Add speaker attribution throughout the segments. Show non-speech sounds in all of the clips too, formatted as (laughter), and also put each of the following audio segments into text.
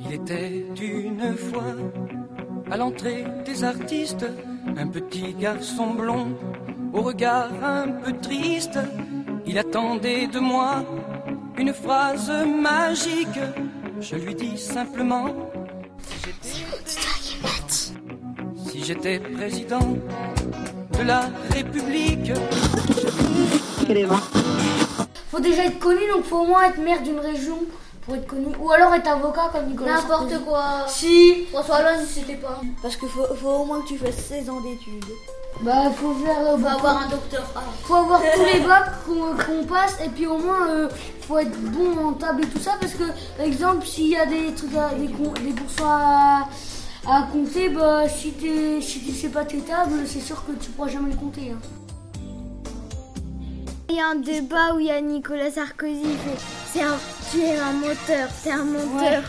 Speaker 1: Il était une fois, à l'entrée des artistes, un petit garçon blond, au regard un peu triste. Il attendait de moi une phrase magique. Je lui dis simplement Si j'étais président de la République,
Speaker 2: Faut déjà être connu, donc faut au moins être maire d'une région pour être connu. Ou alors être avocat comme Nicolas Sarkozy.
Speaker 3: N'importe quoi.
Speaker 2: Si
Speaker 3: François Hollande, c'était pas.
Speaker 4: Parce que faut, faut au moins que tu fasses 16 ans d'études.
Speaker 2: Bah faut faire... euh,
Speaker 3: Faut avoir un docteur Ah.
Speaker 2: (laughs)
Speaker 3: A.
Speaker 2: Faut avoir tous les (laughs) bacs qu'on euh, qu'on passe et puis au moins euh, faut être bon en table et tout ça parce que par exemple s'il y a des trucs à, des, con- des pourcents à, à compter bah si t'es si tu sais pas tes tables c'est sûr que tu pourras jamais les compter hein.
Speaker 5: Il y a un débat où il y a Nicolas Sarkozy, il fait, c'est un, tu es un menteur, c'est un menteur.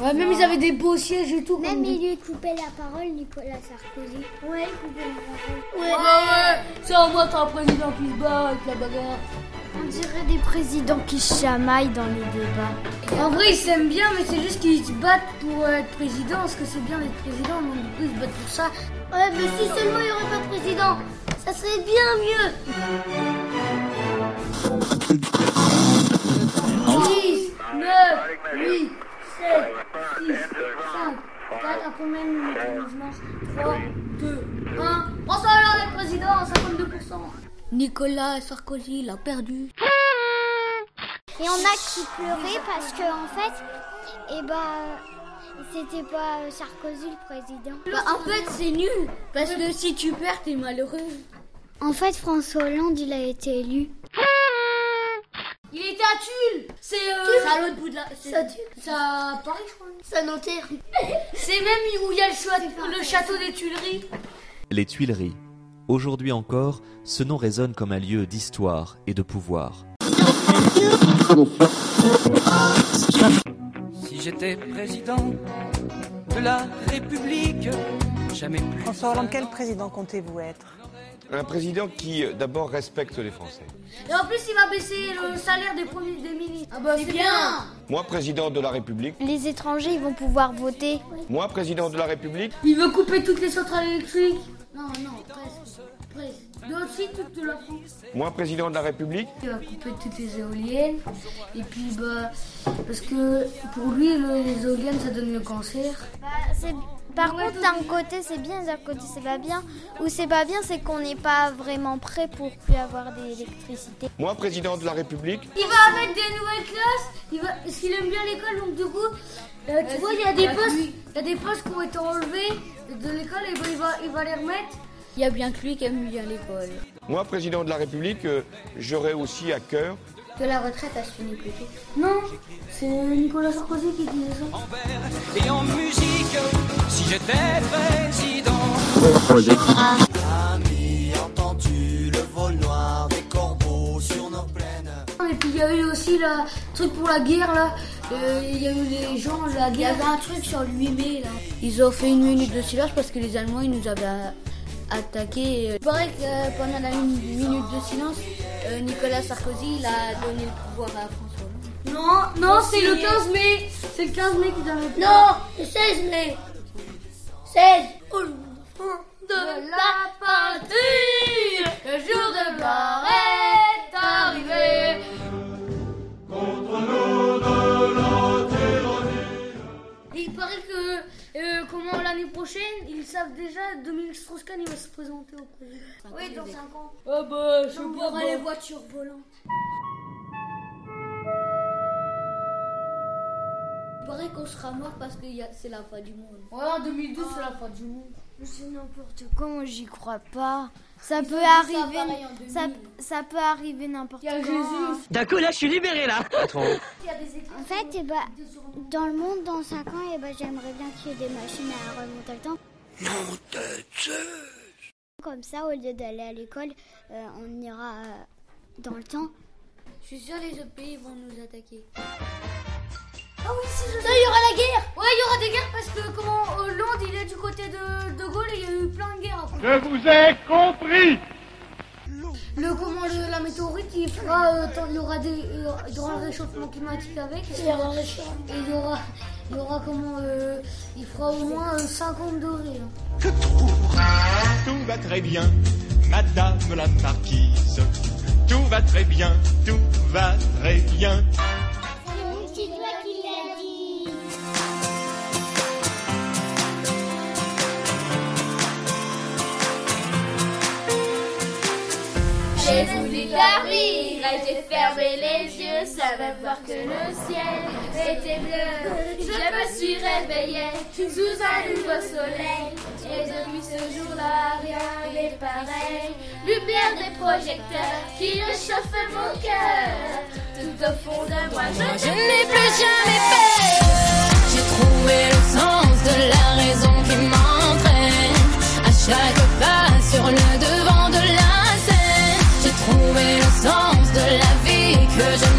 Speaker 2: Ouais même ils avaient des beaux sièges et tout
Speaker 5: Même il lui coupait la parole, Nicolas Sarkozy. Ouais, il coupait la parole.
Speaker 2: Ouais ouais c'est en mode un président qui se bat avec la bagarre.
Speaker 5: On dirait des présidents qui se chamaillent dans les débats.
Speaker 2: En vrai ils s'aiment bien mais c'est juste qu'ils se battent pour euh, être président parce que c'est bien d'être président donc du coup ils se battent pour ça.
Speaker 5: Ouais, mais si seulement il n'y aurait pas de président, ça serait bien mieux.
Speaker 2: la première minute de mouvement. 3, 2, 1. François Hollande est président à 52%.
Speaker 3: Nicolas Sarkozy, il a perdu.
Speaker 5: Et on a qui pleuraient parce que en fait, eh ben, c'était pas euh, Sarkozy le président.
Speaker 3: Bah, en fait, c'est nul. Parce que si tu perds, t'es malheureux.
Speaker 5: En fait, François Hollande, il a été élu.
Speaker 2: Il était à Tulle C'est euh,
Speaker 3: C'est à l'autre bout de la. C'est
Speaker 2: à Tulle C'est à Paris, je crois.
Speaker 3: ça Nanterre.
Speaker 2: (laughs) C'est même où il y a le, choi- le château des Tuileries.
Speaker 6: Les Tuileries. Aujourd'hui encore, ce nom résonne comme un lieu d'histoire et de pouvoir.
Speaker 1: si j'étais président de la République, jamais plus.
Speaker 7: François Hollande, quel président comptez-vous être
Speaker 8: Un président qui euh, d'abord respecte les Français.
Speaker 2: Et en plus, il va baisser le salaire des premiers des ministres. Ah bah
Speaker 3: C'est bien.
Speaker 8: Moi, président de la République.
Speaker 5: Les étrangers, ils vont pouvoir voter.
Speaker 8: Moi, président de la République.
Speaker 2: Il veut couper toutes les centrales électriques. Non, non, presque. Presque. Mais aussi toute la France.
Speaker 8: Moi, président de la République.
Speaker 2: Il va couper toutes les éoliennes. Et puis, bah, parce que pour lui, le- les éoliennes, ça donne le cancer.
Speaker 5: Bah, Par contre, d'un côté c'est bien, d'un côté c'est pas bien. Ou c'est pas bien, c'est qu'on n'est pas vraiment prêt pour plus avoir d'électricité.
Speaker 8: Moi, président de la République.
Speaker 2: Il va mettre des nouvelles classes. Il va... Parce qu'il aime bien l'école, donc du coup, euh, tu vois, il y a des postes, il y a des postes qui ont été enlevés de l'école et bah, il, va, il va les remettre.
Speaker 3: Il y a bien que lui qui aime bien l'école.
Speaker 8: Moi, président de la République, euh, j'aurai aussi à cœur
Speaker 2: Que la retraite a se finit plus tôt. Non, c'est Nicolas Sarkozy qui disait ça.
Speaker 1: en verre et en musique si j'étais président.
Speaker 2: Et puis il y a eu aussi le truc pour la guerre là. Euh, Il y a eu les gens, la
Speaker 3: Il y
Speaker 2: guerre.
Speaker 3: avait un truc sur le 8 mai là. Ils ont fait une minute de silence parce que les Allemands ils nous avaient a- attaqué. Il paraît que euh, pendant la mi- minute de silence, euh, Nicolas Sarkozy il a donné le pouvoir à François
Speaker 2: Non,
Speaker 3: Hollande.
Speaker 2: non, c'est le 15 mai. C'est le 15 mai qui donne le
Speaker 3: Non, le 16 mai. Oh, 16.
Speaker 2: de la patrie. Le jour de l'or est arrivé. Et Il paraît que euh, comment l'année prochaine, ils savent déjà Dominique Strauss-Kahn il va se présenter au congrès.
Speaker 3: Oui, dans 5 ans.
Speaker 2: Ah bah je
Speaker 3: On aura les voitures volantes. Il paraît qu'on sera mort parce que y a- c'est la fin du monde.
Speaker 2: Ouais, en 2012 c'est la fin du monde.
Speaker 5: C'est n'importe quoi, moi j'y crois pas. Ça peut
Speaker 3: dit ça
Speaker 5: arriver,
Speaker 3: pareil en 2000.
Speaker 5: ça, ça peut arriver n'importe
Speaker 2: Il y a
Speaker 5: quand.
Speaker 2: Jésus.
Speaker 9: D'un coup, là, je suis libéré, là.
Speaker 5: En fait, eh ben, dans le monde, dans 5 ans, eh ben, j'aimerais bien qu'il y ait des machines à remonter le temps. Comme ça, au lieu d'aller à l'école, euh, on ira euh, dans le temps.
Speaker 3: Je suis sûr les autres pays vont nous attaquer.
Speaker 2: Ah oui, si je Ça, il y aura la guerre Ouais, il y aura des guerres parce que comment euh, Londres, il est du côté de, de Gaulle et il y a eu plein de guerres après.
Speaker 8: Je vous ai compris
Speaker 10: Le comment le- la météorite, il fera, euh, tant- il y aura des, euh, il y aura un réchauffement climatique avec. Il y aura Et il y aura, il y aura comment, euh, il fera au moins euh, 50 degrés. hein.
Speaker 8: Tout va très bien, Madame la Marquise. Tout va très bien, tout va très bien.
Speaker 2: C'est mon petit doigt qui l'a dit. J'ai voulu dormir et j'ai fermé les yeux, ça va voir que le ciel était bleu. Je me suis réveillée sous un nouveau soleil et depuis ce jour-là, rien n'est pareil. Lumière des projecteurs qui réchauffe mon cœur. Tout au fond de moi, je n'ai plus jamais peur.
Speaker 11: J'ai trouvé le sens de la raison qui m'entraîne à chaque pas sur le devant de la scène. J'ai trouvé le sens de la vie que je